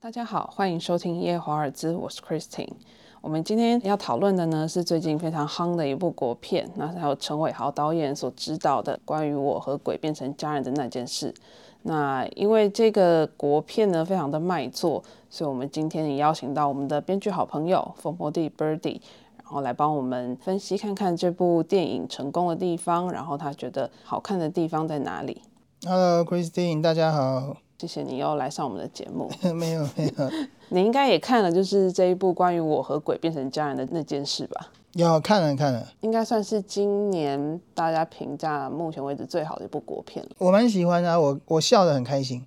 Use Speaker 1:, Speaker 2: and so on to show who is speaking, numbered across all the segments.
Speaker 1: 大家好，欢迎收听《夜华尔兹》，我是 Christine。我们今天要讨论的呢是最近非常夯的一部国片，那还有陈伟豪导演所执导的关于我和鬼变成家人的那件事。那因为这个国片呢非常的卖座，所以我们今天也邀请到我们的编剧好朋友冯伯弟 Birdy，然后来帮我们分析看看这部电影成功的地方，然后他觉得好看的地方在哪里。
Speaker 2: Hello, Christine，大家好。
Speaker 1: 谢谢你又哦来上我们的节目。
Speaker 2: 没有没有，
Speaker 1: 你应该也看了，就是这一部关于我和鬼变成家人的那件事吧？
Speaker 2: 有看了看了，
Speaker 1: 应该算是今年大家评价目前为止最好的一部国片了。
Speaker 2: 我蛮喜欢的、啊，我我笑得很开心。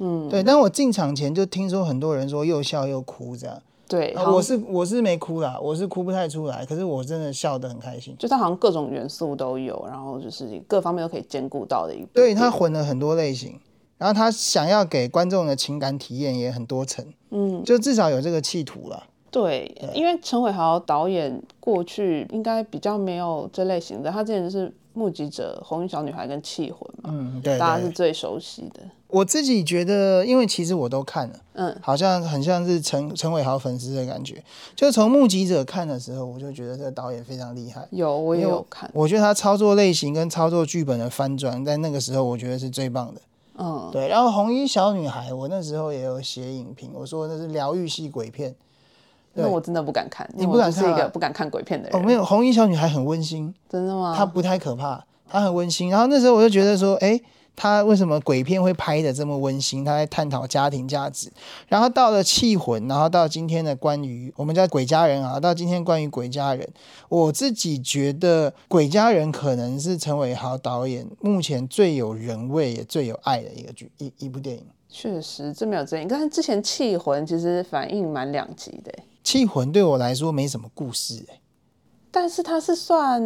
Speaker 2: 嗯，对，但我进场前就听说很多人说又笑又哭这样，
Speaker 1: 对，
Speaker 2: 啊、
Speaker 1: 好
Speaker 2: 我是我是没哭啦，我是哭不太出来，可是我真的笑得很开心。
Speaker 1: 就它好像各种元素都有，然后就是各方面都可以兼顾到的一部。
Speaker 2: 对，它混了很多类型，然后他想要给观众的情感体验也很多层，嗯，就至少有这个企图啦。
Speaker 1: 对，
Speaker 2: 嗯
Speaker 1: 因为陈伟豪导演过去应该比较没有这类型的，他之前就是《目击者》《红衣小女孩》跟《气魂》嘛，
Speaker 2: 嗯，对
Speaker 1: 大家
Speaker 2: 对
Speaker 1: 是最熟悉的。
Speaker 2: 我自己觉得，因为其实我都看了，
Speaker 1: 嗯，
Speaker 2: 好像很像是陈陈伟豪粉丝的感觉。就从目击者看的时候，我就觉得这个导演非常厉害。
Speaker 1: 有，我也
Speaker 2: 因为
Speaker 1: 有看，
Speaker 2: 我觉得他操作类型跟操作剧本的翻转，在那个时候我觉得是最棒的。
Speaker 1: 嗯，
Speaker 2: 对，然后《红衣小女孩》，我那时候也有写影评，我说那是疗愈系鬼片。
Speaker 1: 那我真的不敢看，
Speaker 2: 你
Speaker 1: 因为我
Speaker 2: 不敢
Speaker 1: 就是一
Speaker 2: 看啊
Speaker 1: 个不敢看鬼片的
Speaker 2: 哦，
Speaker 1: 人。
Speaker 2: 没有，《红衣小女孩》很温馨，
Speaker 1: 真的吗？
Speaker 2: 它不太可怕，它很温馨。然后那时候我就觉得说，哎、他为什么鬼片会拍的这么温馨？他在探讨家庭价值。然后到了《气魂》，然后到今天的关于我们叫《鬼家人》啊，到今天关于《鬼家人》，我自己觉得《鬼家人》可能是陈伟豪导演目前最有人味也最有爱的一个剧一一部电影。
Speaker 1: 确实，这没有争议。但是之前《气魂》其实反应蛮两极的欸，
Speaker 2: 《气魂》对我来说没什么故事、诶
Speaker 1: 但是它是算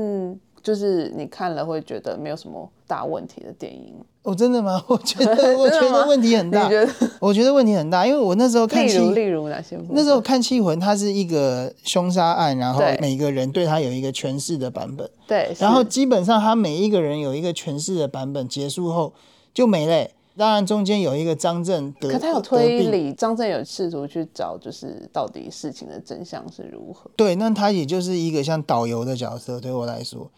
Speaker 1: 就是你看了会觉得没有什么大问题的电影。
Speaker 2: 哦，真的吗？ 我觉得，我觉
Speaker 1: 真的吗
Speaker 2: 得问题很
Speaker 1: 你
Speaker 2: 大
Speaker 1: 觉。得？
Speaker 2: 我觉得问题很大，因为我那时候看《
Speaker 1: 例
Speaker 2: 气
Speaker 1: 如，例如哪些部分？
Speaker 2: 那时候看《气魂》，它是一个凶杀案，然后
Speaker 1: 对
Speaker 2: 每个人对它有一个诠释的版本，
Speaker 1: 对，
Speaker 2: 然后
Speaker 1: 是
Speaker 2: 基本上它每一个人有一个诠释的版本，结束后就没嘞。当然中间有一个张震得，
Speaker 1: 可他有
Speaker 2: 得
Speaker 1: 推
Speaker 2: 病
Speaker 1: 理，张震有试图去找，就是到底事情的真相是如何。
Speaker 2: 对，那他也就是一个像导游的角色，对我来说，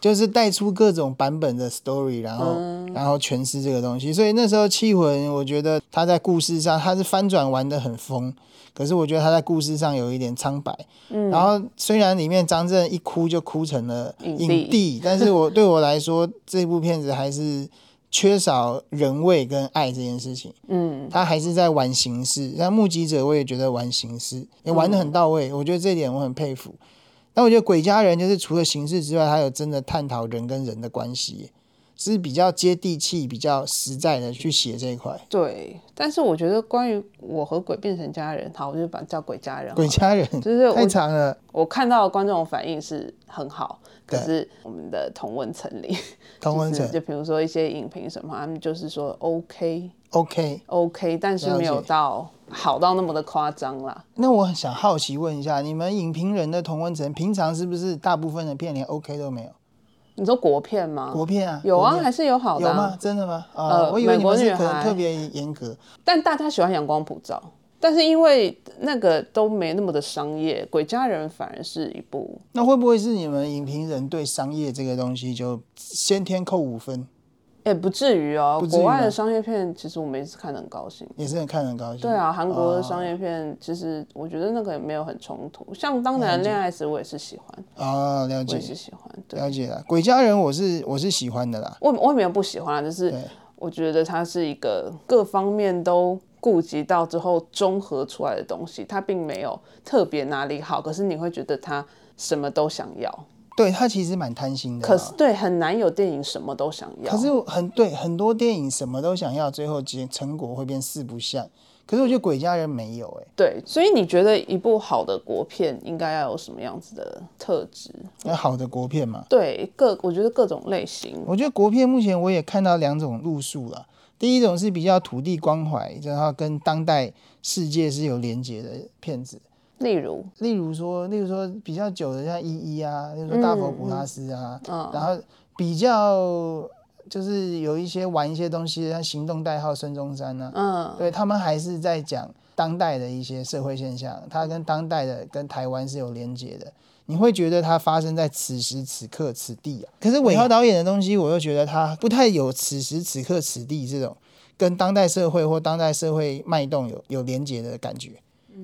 Speaker 2: 就是带出各种版本的 story，然后、
Speaker 1: 嗯
Speaker 2: 然后诠释这个东西。所以那时候《气魂》，我觉得他在故事上他是翻转玩的很疯，可是我觉得他在故事上有一点苍白。嗯，然后虽然里面张震一哭就哭成了
Speaker 1: 影
Speaker 2: 影
Speaker 1: 帝
Speaker 2: 帝，但是我对我来说这部片子还是。缺少人味跟爱这件事情，
Speaker 1: 嗯，
Speaker 2: 他还是在玩形式。像目击者，我也觉得玩形式也玩的很到位，我觉得这一点我很佩服。那我觉得《鬼家人》就是除了形式之外，他有真的探讨人跟人的关系，是比较接地气、比较实在的去写这一
Speaker 1: 哦
Speaker 2: 块。
Speaker 1: 对。但是我觉得关于我和鬼变成家人，好，我就把它叫鬼家人好了。
Speaker 2: 鬼家人
Speaker 1: 就是我
Speaker 2: 太长了，
Speaker 1: 我看到观众的反应是很好，可是我们的同文层里，
Speaker 2: 童文
Speaker 1: 就
Speaker 2: 成
Speaker 1: 是就比如说一些影评什么，他们就是说 OK
Speaker 2: OK。
Speaker 1: OK，但是
Speaker 2: 了解
Speaker 1: 没有到好到那么的夸张啦。
Speaker 2: 那我很想好奇问一下，你们影评人的童文成平常是不是大部分的片连 OK 都没有？
Speaker 1: 你说国片吗？
Speaker 2: 国片啊，
Speaker 1: 有啊，
Speaker 2: 国片
Speaker 1: 还是有好的、
Speaker 2: 有
Speaker 1: 啊
Speaker 2: 吗？，真的吗？啊、
Speaker 1: 呃
Speaker 2: 我以为
Speaker 1: 美
Speaker 2: 你
Speaker 1: 国
Speaker 2: 们
Speaker 1: 女
Speaker 2: 是
Speaker 1: 孩
Speaker 2: 可能特别严格。
Speaker 1: 但大家喜欢阳光普照，但是因为那个都没那么的商业，《鬼家人》反而是一部
Speaker 2: 那会不会是你们影评人对商业这个东西就先天扣五分，
Speaker 1: 也不至于哦。
Speaker 2: 不至于
Speaker 1: 国
Speaker 2: 吗
Speaker 1: 外的商业片其实我们也是看得很高兴。
Speaker 2: 也是很看得很高兴？
Speaker 1: 对啊，韩国的
Speaker 2: 哦
Speaker 1: 商业片其实我觉得那个也没有很冲突，像《当男人恋爱时》我也是喜欢，
Speaker 2: 哦，了
Speaker 1: 我也
Speaker 2: 解
Speaker 1: 是喜欢。对，
Speaker 2: 了解了。鬼家人我是我是喜欢的啦，
Speaker 1: 我我也没有不喜欢啊，就是
Speaker 2: 对
Speaker 1: 我觉得它是一个各方面都顾及到之后综合出来的东西，它并没有特别哪里好，可是你会觉得它什么都想要，
Speaker 2: 对他其实蛮贪心的啦。
Speaker 1: 可是对很难有电影什么都想要。
Speaker 2: 啊可是很对很多电影什么都想要，最后结成果会变四不像。可是我觉得鬼家人没有哎、
Speaker 1: 对，所以你觉得一部好的国片应该要有什么样子的特质？
Speaker 2: 那好的国片嘛，
Speaker 1: 对，各我觉得各种类型，
Speaker 2: 我觉得国片目前我也看到两种路数了。第一种是比较土地关怀，然后跟当代世界是有连结的片子。
Speaker 1: 例如
Speaker 2: 例如说，例如说比较久的像一一啊，例如说大佛普拉斯啊，然后比较就是有一些玩一些东西，像行动代号孙中山啊，
Speaker 1: 嗯。
Speaker 2: 对他们还是在讲当代的一些社会现象，它跟当代的跟台湾是有连结的。你会觉得它发生在此时此刻此地啊。可是伟豪导演的东西，我又觉得它不太有此时此刻此地这种跟当代社会或当代社会脉动有有连结的感觉。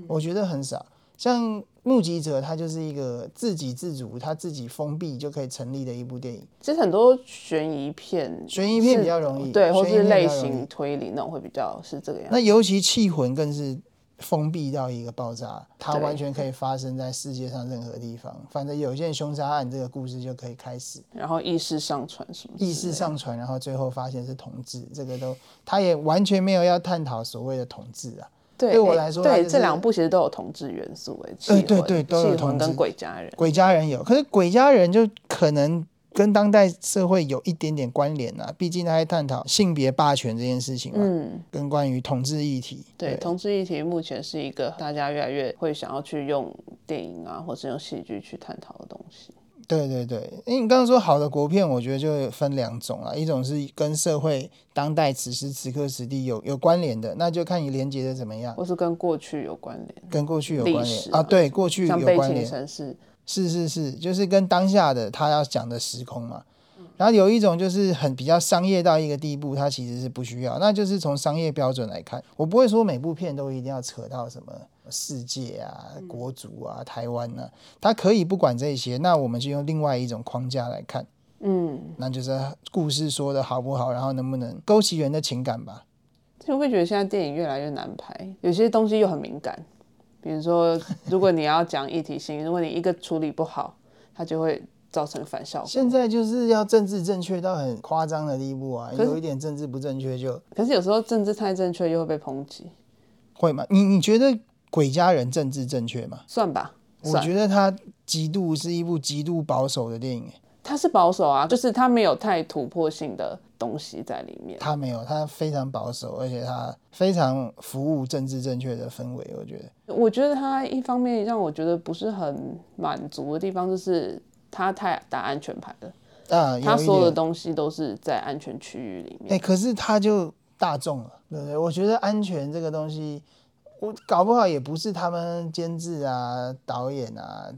Speaker 2: 我觉得很少。像《目击者》，它就是一个自给自足，它自己封闭就可以成立的一部电影。
Speaker 1: 其实很多悬疑片，
Speaker 2: 悬疑片比较容易
Speaker 1: 是对，或
Speaker 2: 悬疑
Speaker 1: 是
Speaker 2: 片比
Speaker 1: 类
Speaker 2: 较容易
Speaker 1: 型推理那种会比较是这个样子。
Speaker 2: 那尤其气魂更是封闭到一个爆炸，它
Speaker 1: 对
Speaker 2: 完全可以发生在世界上任何地方。反正有一件凶杀案，这个故事就可以开始。
Speaker 1: 然后意识上传什么之类的？
Speaker 2: 意识上传，然后最后发现是同志，这个都他也完全没有要探讨所谓的同志啊。
Speaker 1: 对
Speaker 2: 对我
Speaker 1: 诶
Speaker 2: 来说它
Speaker 1: 对
Speaker 2: 就是
Speaker 1: 这两部其实都有同志元素诶，气
Speaker 2: 呃
Speaker 1: 魂、
Speaker 2: 对对都有
Speaker 1: 气
Speaker 2: 同
Speaker 1: 魂
Speaker 2: 志
Speaker 1: 跟鬼家人。
Speaker 2: 鬼家人有，可是鬼家人就可能跟当代社会有一点点关联啊，毕竟他在探讨性别霸权这件事情嘛，
Speaker 1: 嗯，
Speaker 2: 跟关于同志议题。
Speaker 1: 对，同志议题目前是一个大家越来越会想要去用电影啊，或是用戏剧去探讨的东西。
Speaker 2: 对对对，因为你刚刚说好的国片，我觉得就分两种啊，一种是跟社会当代此时此刻此地有有关联的，那就看你连接的怎么样，
Speaker 1: 或是跟过去有关联，
Speaker 2: 跟过去有关
Speaker 1: 历
Speaker 2: 联
Speaker 1: 史
Speaker 2: 啊
Speaker 1: 啊
Speaker 2: 对，过去
Speaker 1: 像
Speaker 2: 有
Speaker 1: 《悲
Speaker 2: 关
Speaker 1: 情
Speaker 2: 联，
Speaker 1: 城市》
Speaker 2: 是是是，就是跟当下的他要讲的时空嘛。
Speaker 1: 嗯
Speaker 2: 然后有一种就是很比较商业到一个地步，它其实是不需要，那就是从商业标准来看，我不会说每部片都一定要扯到什么世界啊、
Speaker 1: 嗯
Speaker 2: 国足啊、台湾啊，它可以不管这些，那我们就用另外一种框架来看。
Speaker 1: 嗯，
Speaker 2: 那就是故事说的好不好，然后能不能勾起人的情感吧。
Speaker 1: 你会不会觉得现在电影越来越难拍？有些东西又很敏感，比如说，如果你要讲议题性，如果你一个处理不好，它就会造成反效果。
Speaker 2: 现在就是要政治正确到很夸张的地步啊，
Speaker 1: 可是
Speaker 2: 有一点政治不正确就
Speaker 1: 可是有时候政治太正确又会被抨击，
Speaker 2: 会吗？你你觉得《鬼家人》政治正确吗？
Speaker 1: 算吧，
Speaker 2: 我
Speaker 1: 算。
Speaker 2: 觉得它极度是一部极度保守的电影，
Speaker 1: 它是保守啊，就是它没有太突破性的东西在里面。
Speaker 2: 它没有，它非常保守，而且它非常服务政治正确的氛围，我觉得。
Speaker 1: 我觉得它一方面让我觉得不是很满足的地方，就是它太打安全牌了，
Speaker 2: 啊，
Speaker 1: 它
Speaker 2: 有一
Speaker 1: 所有的
Speaker 2: 点，
Speaker 1: 东西都是在安全区域里面
Speaker 2: 哎、。可是它就大众了，对不对？我觉得安全这个东西，我搞不好也不是他们监制啊、导演啊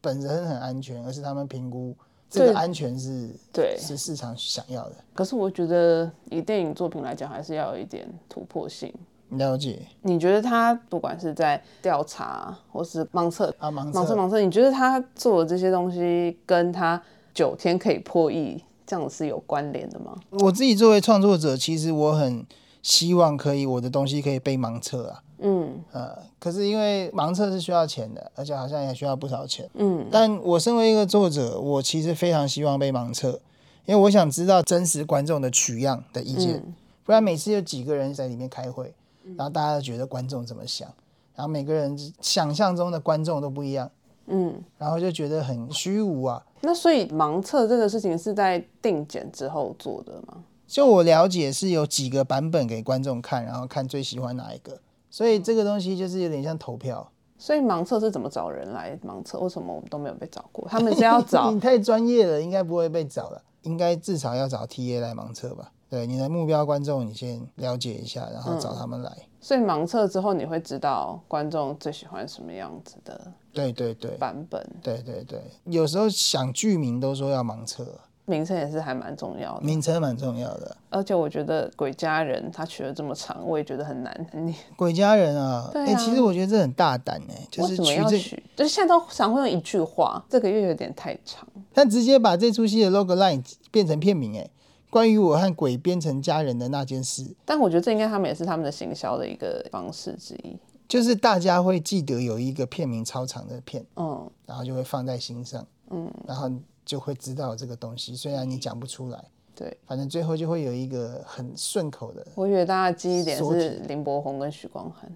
Speaker 2: 本身很安全，而是他们评估这
Speaker 1: 对
Speaker 2: 个安全是
Speaker 1: 对，
Speaker 2: 是市场想要的。
Speaker 1: 可是我觉得以电影作品来讲，还是要有一点突破性。
Speaker 2: 了解
Speaker 1: 你觉得他不管是在调查或是盲测、
Speaker 2: 啊，盲
Speaker 1: 盲测、
Speaker 2: 测
Speaker 1: 盲测，你觉得他做的这些东西跟他九天可以破译这样是有关联的吗？
Speaker 2: 我自己作为创作者，其实我很希望可以我的东西可以被盲测啊，
Speaker 1: 嗯
Speaker 2: 呃，可是因为盲测是需要钱的，而且好像也需要不少钱。
Speaker 1: 嗯，
Speaker 2: 但我身为一个作者，我其实非常希望被盲测，因为我想知道真实观众的取样的意见，
Speaker 1: 嗯
Speaker 2: 不然每次有几个人在里面开会，然后大家都觉得观众怎么想，然后每个人想象中的观众都不一样，
Speaker 1: 嗯。
Speaker 2: 然后就觉得很虚无啊。
Speaker 1: 那所以盲测这个事情是在定检之后做的吗？
Speaker 2: 就我了解是有几个版本给观众看，然后看最喜欢哪一个，所以这个东西就是有点像投票。
Speaker 1: 所以盲测是怎么找人来盲测？为什么我们都没有被找过？他们是要找
Speaker 2: 你太专业了，应该不会被找了，应该至少要找 TA 来盲测吧？对，你的目标观众你先了解一下，然
Speaker 1: 嗯
Speaker 2: 后找他们来。
Speaker 1: 所以盲测之后，你会知道观众最喜欢什么样子的
Speaker 2: 对对对
Speaker 1: 版本，
Speaker 2: 对对对，有时候想剧名都说要盲测，
Speaker 1: 名称也是还蛮重要的。
Speaker 2: 名称蛮重要的。
Speaker 1: 而且我觉得《鬼家人》他取了这么长，我也觉得很难念。
Speaker 2: 鬼家人啊，
Speaker 1: 对
Speaker 2: 哎、
Speaker 1: 啊
Speaker 2: 其实我觉得这很大胆哎、就
Speaker 1: 为
Speaker 2: 是
Speaker 1: 什么
Speaker 2: 取
Speaker 1: 要
Speaker 2: 这
Speaker 1: 取？就是现在都常会用一句话，这个又有点太长。
Speaker 2: 他直接把这出戏的 logo line 变成片名哎、关于我和鬼变成家人的那件事，
Speaker 1: 但我觉得这应该他们也是他们的行销的一个方式之一。
Speaker 2: 就是大家会记得有一个片名超长的片，
Speaker 1: 嗯，
Speaker 2: 然后就会放在心上，嗯，然后就会知道这个东西，虽然你讲不出来，
Speaker 1: 对。
Speaker 2: 反正最后就会有一个很顺口的。
Speaker 1: 我以为大家的记忆点
Speaker 2: 缩
Speaker 1: 是林柏宏跟许光汉，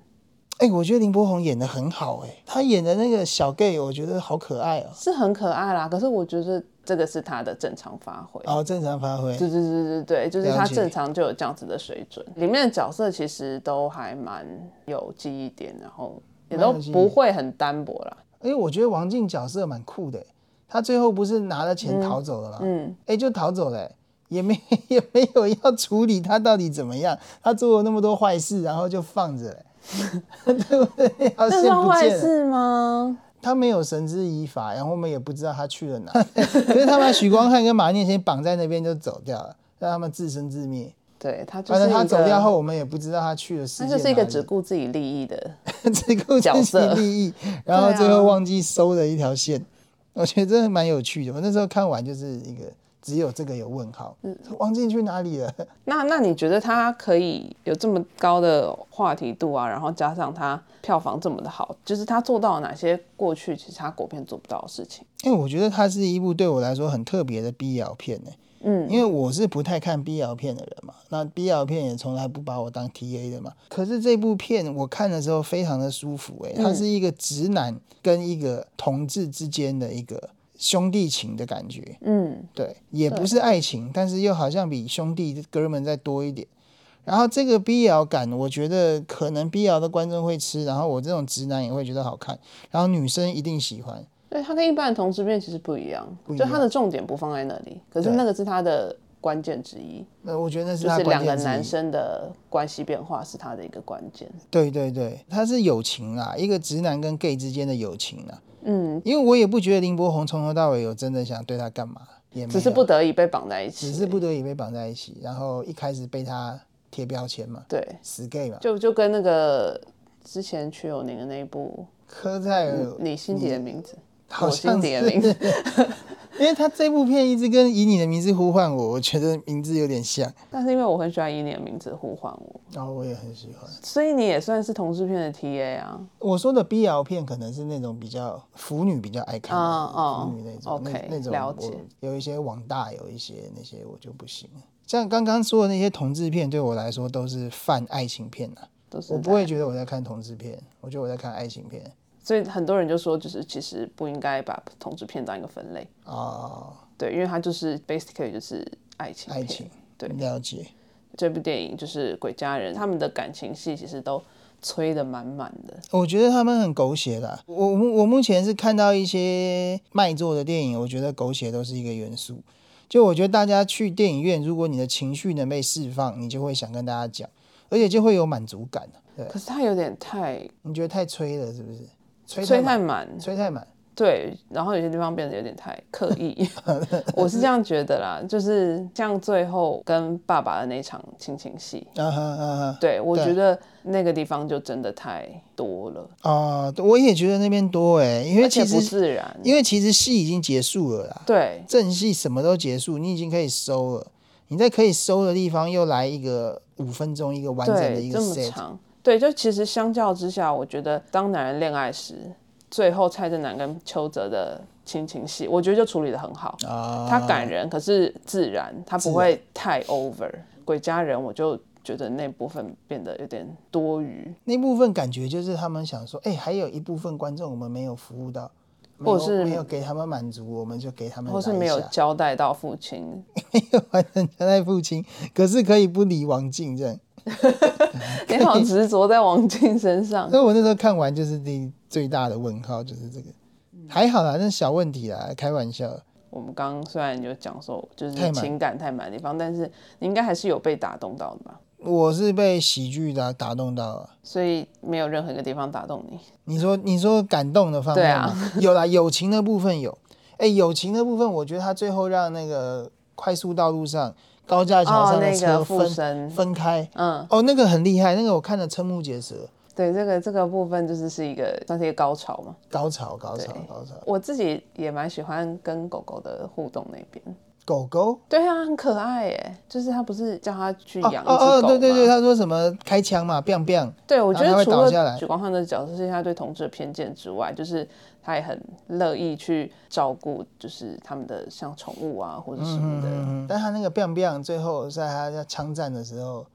Speaker 2: 哎、我觉得林柏宏演的很好、哎，他演的那个小 gay，我觉得好可爱哦、
Speaker 1: 是很可爱啦。可是我觉得这个是他的正常发挥。
Speaker 2: 然后正常发挥，
Speaker 1: 对对对对对，就是
Speaker 2: 哦了
Speaker 1: 他
Speaker 2: 解
Speaker 1: 正常就有这样子的水准。里面的角色其实都还蛮有记忆点，然后也
Speaker 2: 蛮有
Speaker 1: 都
Speaker 2: 记忆
Speaker 1: 不会很单薄啦。
Speaker 2: 哎、我觉得王静角色蛮酷的、哎他最后不是拿了钱逃走了吗？
Speaker 1: 嗯，
Speaker 2: 哎、就逃走了、哎也没 也没有要处理他到底怎么样，他做了那么多坏事，然后就放着、哎 好
Speaker 1: 那
Speaker 2: 像
Speaker 1: 算
Speaker 2: 不
Speaker 1: 坏
Speaker 2: 见了。
Speaker 1: 事吗？
Speaker 2: 他没有绳之以法，然后我们也不知道他去了哪。 可是他把许光汉跟马念先绑在那边就走掉了，让他们自生自灭。
Speaker 1: 对他就
Speaker 2: 反
Speaker 1: 是
Speaker 2: 正他
Speaker 1: 一
Speaker 2: 走
Speaker 1: 个
Speaker 2: 掉，后，我们也不知道他去了世
Speaker 1: 他
Speaker 2: 界
Speaker 1: 就是一个
Speaker 2: 哪里
Speaker 1: 只顾自己利益的。
Speaker 2: 只顾
Speaker 1: 角
Speaker 2: 自己
Speaker 1: 色
Speaker 2: 利益，然后
Speaker 1: 对啊
Speaker 2: 最后忘记收了一条线。我觉得真的蛮有趣的。我那时候看完就是一个只有这个有问号，
Speaker 1: 嗯
Speaker 2: 忘记去哪里了。
Speaker 1: 那那你觉得他可以有这么高的话题度啊？然后加上他票房这么的好，就是他做到了哪些过去其实他国片做不到的事情？
Speaker 2: 因为我觉得它是一部对我来说很特别的 BL 片呢、
Speaker 1: 嗯，
Speaker 2: 因为我是不太看 BL 片的人嘛，那 BL 片也从来不把我当 TA 的嘛。可是这部片我看的时候非常的舒服、欸，
Speaker 1: 嗯
Speaker 2: 它是一个直男跟一个同志之间的一个兄弟情的感觉。
Speaker 1: 嗯，
Speaker 2: 对，也不是爱情，但是又好像比兄弟哥们再多一点。然后这个 BL 感，我觉得可能 BL 的观众会吃，然后我这种直男也会觉得好看，然后女生一定喜欢。
Speaker 1: 对，他跟一般的同志片其实不一样，
Speaker 2: 不一
Speaker 1: 就
Speaker 2: 样
Speaker 1: 他的重点不放在那里，可是
Speaker 2: 对
Speaker 1: 那个是他的关键之一，
Speaker 2: 那呃我觉得那是
Speaker 1: 就
Speaker 2: 他
Speaker 1: 是
Speaker 2: 关
Speaker 1: 两
Speaker 2: 键
Speaker 1: 个
Speaker 2: 之一
Speaker 1: 男生的关系变化是他的一个关键。
Speaker 2: 对对对，他是友情啦，一个直男跟 gay 之间的友情啦。
Speaker 1: 嗯，
Speaker 2: 因为我也不觉得林柏宏从头到尾有真的想对他干嘛，也没
Speaker 1: 只是
Speaker 2: 有
Speaker 1: 不得已被绑在一起，
Speaker 2: 只是不得已被绑在一起，然后一开始被他贴标签嘛，
Speaker 1: 对，
Speaker 2: 死 gay 嘛，
Speaker 1: 就就跟那个之前曲友宁的那一部
Speaker 2: 科泰尔
Speaker 1: 《你心底的名字》，
Speaker 2: 好
Speaker 1: 我心
Speaker 2: 像
Speaker 1: 底的
Speaker 2: 是
Speaker 1: 名字。
Speaker 2: 因为他这部片一直跟《以你的名字呼唤我》，我觉得名字有点像，
Speaker 1: 但是因为我很喜欢以你的名字呼唤我，
Speaker 2: 然后我也很喜欢。
Speaker 1: 所以你也算是同志片的 TA 啊。
Speaker 2: 我说的 BL 片可能是那种比较腐女比较爱看的
Speaker 1: 嗯嗯
Speaker 2: 腐女那种
Speaker 1: OK，
Speaker 2: 那那种
Speaker 1: 了解
Speaker 2: 我有一些网大，有一些那些我就不行。像刚刚说的那些同志片，对我来说都是泛爱情片啊，
Speaker 1: 都是
Speaker 2: 我不
Speaker 1: 在，
Speaker 2: 会觉得我在看同志片，我觉得我在看爱情片
Speaker 1: 所以很多人就说，就是其实不应该把同志片当一个分类，
Speaker 2: 哦，
Speaker 1: 对，因为它就是 basically 就是爱情
Speaker 2: 爱
Speaker 1: 片。
Speaker 2: 情
Speaker 1: 对
Speaker 2: 了解。
Speaker 1: 这部电影就是《鬼家人》，他们的感情戏其实都催得满满的。
Speaker 2: 我觉得他们很狗血啦。我目我目前是看到一些卖座的电影，我觉得狗血都是一个元素。就我觉得大家去电影院，如果你的情绪能被释放，你就会想跟大家讲，而且就会有满足感。对，
Speaker 1: 可是它有点太
Speaker 2: 你觉得太催了是不是？催
Speaker 1: 催
Speaker 2: 太
Speaker 1: 太
Speaker 2: 满，
Speaker 1: 满，
Speaker 2: 催太满。
Speaker 1: 对，然后有些地方变得有点太刻 意，我是这样觉得啦。就是像最后跟爸爸的那场亲情戏，
Speaker 2: 啊哈啊哈！
Speaker 1: 对，我
Speaker 2: 对
Speaker 1: 觉得那个地方就真的太多了，
Speaker 2: 哦，我也觉得那边多哎、因为
Speaker 1: 而且
Speaker 2: 其
Speaker 1: 不
Speaker 2: 实
Speaker 1: 自然。
Speaker 2: 因为其实戏已经结束了啦，
Speaker 1: 对，
Speaker 2: 正戏什么都结束，你已经可以收了。你在可以收的地方又来一个五分钟一个完整的一
Speaker 1: 对，
Speaker 2: 个
Speaker 1: 这么
Speaker 2: set，
Speaker 1: 长，对，就其实相较之下，我觉得《当男人恋爱时》最后蔡振南跟邱泽的亲情戏，我觉得就处理的很好，
Speaker 2: 啊
Speaker 1: 他感人，可是自然，他不会太 over。鬼家人，我就觉得那部分变得有点多余，
Speaker 2: 那部分感觉就是他们想说，哎、还有一部分观众我们没有服务到，没
Speaker 1: 或
Speaker 2: 有
Speaker 1: 者是
Speaker 2: 没有给他们满足，我们就给他们
Speaker 1: 或是
Speaker 2: 来一
Speaker 1: 没有
Speaker 2: 下
Speaker 1: 交代到父亲，
Speaker 2: 完成交代父亲，可是可以不理王静这样。
Speaker 1: 你好执着在王静身上。
Speaker 2: 所以我那时候看完就是第最大的问号就是这个，
Speaker 1: 嗯
Speaker 2: 还好啦，那是小问题啦，开玩笑。
Speaker 1: 我们刚刚虽然有讲说就
Speaker 2: 太
Speaker 1: 是
Speaker 2: 满
Speaker 1: 情感太满的地方，但是你应该还是有被打动到的吧？
Speaker 2: 我是被喜剧的打动到了。
Speaker 1: 所以没有任何一个地方打动你。
Speaker 2: 你说你说感动的方面
Speaker 1: 啊
Speaker 2: 吗，有啦，友情的部分有。哎、友情的部分，我觉得他最后让那个快速道路上高架桥
Speaker 1: 哦
Speaker 2: 上，的
Speaker 1: 那
Speaker 2: 车
Speaker 1: 个
Speaker 2: 分、
Speaker 1: 附身，
Speaker 2: 分开，
Speaker 1: 嗯，
Speaker 2: 哦，那个很厉害，那个我看了瞠目结舌，
Speaker 1: 对，这个这个部分就是是一个算是一个高潮嘛。
Speaker 2: 高潮高潮
Speaker 1: 对
Speaker 2: 高潮。
Speaker 1: 我自己也蛮喜欢跟狗狗的互动那边。
Speaker 2: 狗狗
Speaker 1: 对啊，很可爱耶！就是他不是叫他去
Speaker 2: 哦
Speaker 1: 养一只狗、
Speaker 2: 哦哦，对对对，，他说什么开枪嘛，biang biang，
Speaker 1: 对我觉
Speaker 2: 然后
Speaker 1: 得
Speaker 2: 它会
Speaker 1: 除
Speaker 2: 倒下
Speaker 1: 了
Speaker 2: 来
Speaker 1: 许光汉的角色是他对同志的偏见之外，就是他也很乐意去照顾，就是他们的像宠物啊或者什么的。
Speaker 2: 嗯，但他那个 biang biang 最后在他要枪战的时候，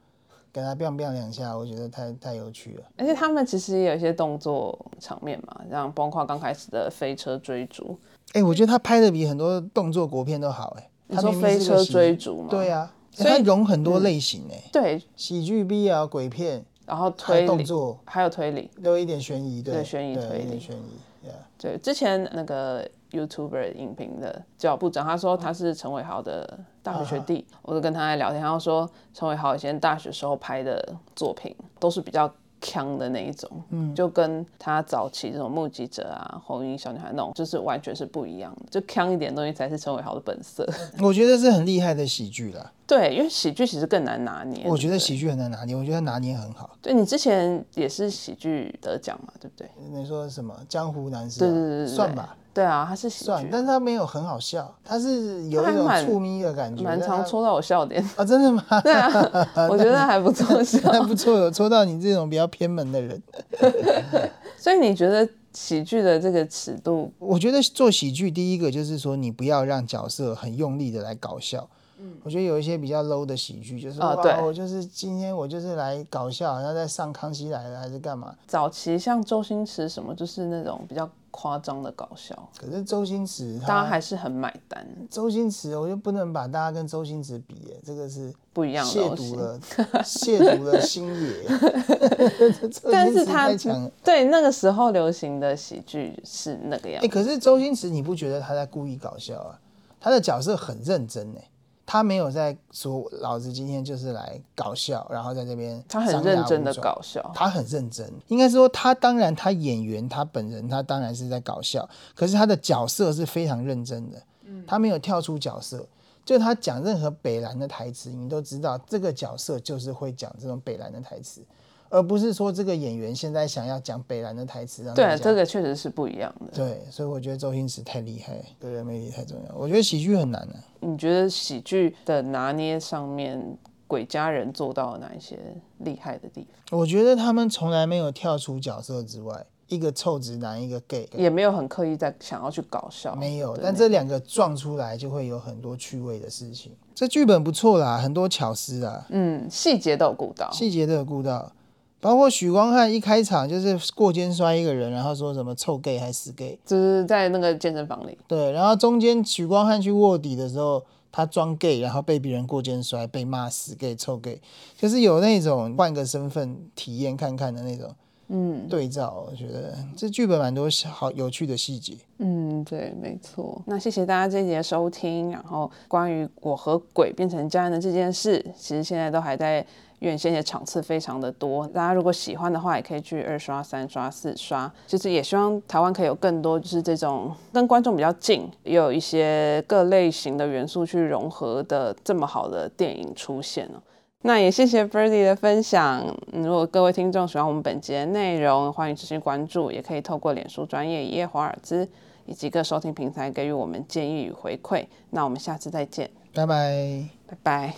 Speaker 2: 给他 biang biang 两下，我觉得太太有趣了。
Speaker 1: 而且他们其实也有一些动作场面嘛，像包括刚开始的飞车追逐，
Speaker 2: 哎、我觉得他拍的比很多动作国片都好、哎，
Speaker 1: 你
Speaker 2: 他
Speaker 1: 说
Speaker 2: 明明
Speaker 1: 飞
Speaker 2: 是个
Speaker 1: 车
Speaker 2: 喜剧
Speaker 1: 追逐嘛？
Speaker 2: 对啊，
Speaker 1: 所以
Speaker 2: 所以融很多类型、哎、
Speaker 1: 对，
Speaker 2: 喜剧、BL、鬼片，
Speaker 1: 然后
Speaker 2: 还
Speaker 1: 推
Speaker 2: 有动
Speaker 1: 理，
Speaker 2: 作，
Speaker 1: 还有推理。
Speaker 2: 都有一点悬疑，对，
Speaker 1: 对悬疑
Speaker 2: 对
Speaker 1: 推
Speaker 2: 有一点
Speaker 1: 理
Speaker 2: 悬疑，yeah。
Speaker 1: 对，之前那个 YouTuber 影评的教部长，他说他是陈伟豪的大学学弟，
Speaker 2: 啊
Speaker 1: 我就跟他在聊天，他就说陈伟豪以前大学时候拍的作品都是比较腔的那一种，嗯，就跟他早期这种目击者啊、红衣小女孩那种，就是完全是不一样的。就腔一点的东西才是陈伟豪的本色。
Speaker 2: 我觉得是很厉害的喜剧啦。
Speaker 1: 对，因为喜剧其实更难拿捏。
Speaker 2: 我觉
Speaker 1: 对不对
Speaker 2: 得喜剧很难拿捏，我觉得拿捏很好。
Speaker 1: 对你之前也是喜剧得奖嘛，对不对？
Speaker 2: 你说什么江湖男士、啊？
Speaker 1: 对对对对对，
Speaker 2: 算吧，。
Speaker 1: 对啊，他是喜
Speaker 2: 算，
Speaker 1: 剧，
Speaker 2: 但是他没有很好笑，他是有
Speaker 1: 他
Speaker 2: 一
Speaker 1: 还
Speaker 2: 种
Speaker 1: 蛮
Speaker 2: 触咪的感觉，
Speaker 1: 蛮
Speaker 2: 但
Speaker 1: 常
Speaker 2: 他
Speaker 1: 戳到我笑点。
Speaker 2: 啊，真的吗？
Speaker 1: 对啊，我觉得还不错笑。
Speaker 2: 那不错，有戳到你这种比较偏门的人。
Speaker 1: 所以你觉得喜剧的这个尺度，
Speaker 2: 我觉得做喜剧第一个就是说，你不要让角色很用力的来搞笑。嗯，我觉得有一些比较 low 的喜剧，就是、
Speaker 1: 啊
Speaker 2: 哇，
Speaker 1: 对
Speaker 2: 我就是今天我就是来搞笑，好像在上《康熙来了》还是干嘛？
Speaker 1: 早期像周星驰什么，就是那种比较夸张的搞笑，
Speaker 2: 可是周星驰
Speaker 1: 大家
Speaker 2: 他，
Speaker 1: 还是很买单，
Speaker 2: 周星驰我就不能把大家跟周星驰比耶，这个是
Speaker 1: 不一样的
Speaker 2: 亵
Speaker 1: 东西
Speaker 2: 渎。了亵渎了星爷。周
Speaker 1: 但
Speaker 2: 星
Speaker 1: 是
Speaker 2: 驰
Speaker 1: 他
Speaker 2: 太强了。
Speaker 1: 对那个时候流行的喜剧是那个样子，
Speaker 2: 哎、可是周星驰，你不觉得他在故意搞笑啊？他的角色很认真呢、他没有在说老子今天就是来搞笑，然后在这边
Speaker 1: 他很
Speaker 2: 张牙
Speaker 1: 认真
Speaker 2: 舞
Speaker 1: 的
Speaker 2: 爪
Speaker 1: 搞笑。
Speaker 2: 他很认真，应该是说他当然他演员他本人他当然是在搞笑，可是他的角色是非常认真的，
Speaker 1: 嗯
Speaker 2: 他没有跳出角色。就他讲任何北兰的台词，你都知道这个角色就是会讲这种北兰的台词，而不是说这个演员现在想要讲北兰的台词让
Speaker 1: 对
Speaker 2: 大
Speaker 1: 啊，
Speaker 2: 家
Speaker 1: 这个确实是不一样的。
Speaker 2: 对，所以我觉得周星驰太厉害，个人魅力太重要。我觉得喜剧很难啊的、
Speaker 1: 你觉得喜剧的拿捏上面，鬼家人做到了哪一些厉害的地方？
Speaker 2: 我觉得他们从来没有跳出角色之外，一个臭直男，一个 gay，
Speaker 1: 也没有很刻意在想要去搞笑，
Speaker 2: 没有。
Speaker 1: 对
Speaker 2: 但这两个撞出来，就会有很多趣味的事情。这剧本不错啦，很多巧思啊，
Speaker 1: 嗯，细节都有顾到。
Speaker 2: 细节都有顾到。包括许光汉一开场就是过肩摔一个人，然后说什么臭 gay 还死 gay，
Speaker 1: 就是在那个健身房里，
Speaker 2: 对，然后中间许光汉去卧底的时候，他装 gay，然后被别人过肩摔，被骂死 gay、臭 gay，就是有那种换个身份体验看看的那种
Speaker 1: 嗯
Speaker 2: 对照。我觉得这剧本蛮多好有趣的细节。
Speaker 1: 嗯，对，没错。那谢谢大家这一节的收听。然后关于我和鬼变成家人的这件事，其实现在都还在院线的场次非常的多。大家如果喜欢的话，也可以去二刷、三刷、四刷。就是也希望台湾可以有更多就是这种跟观众比较近，也有一些各类型的元素去融合的这么好的电影出现哦。那也谢谢 Birdy 的分享。嗯如果各位听众喜欢我们本节的内容，欢迎持续关注，也可以透过脸书专业一夜华尔兹以及各收听平台给予我们建议与回馈。那我们下次再见，
Speaker 2: 拜拜。
Speaker 1: 拜拜。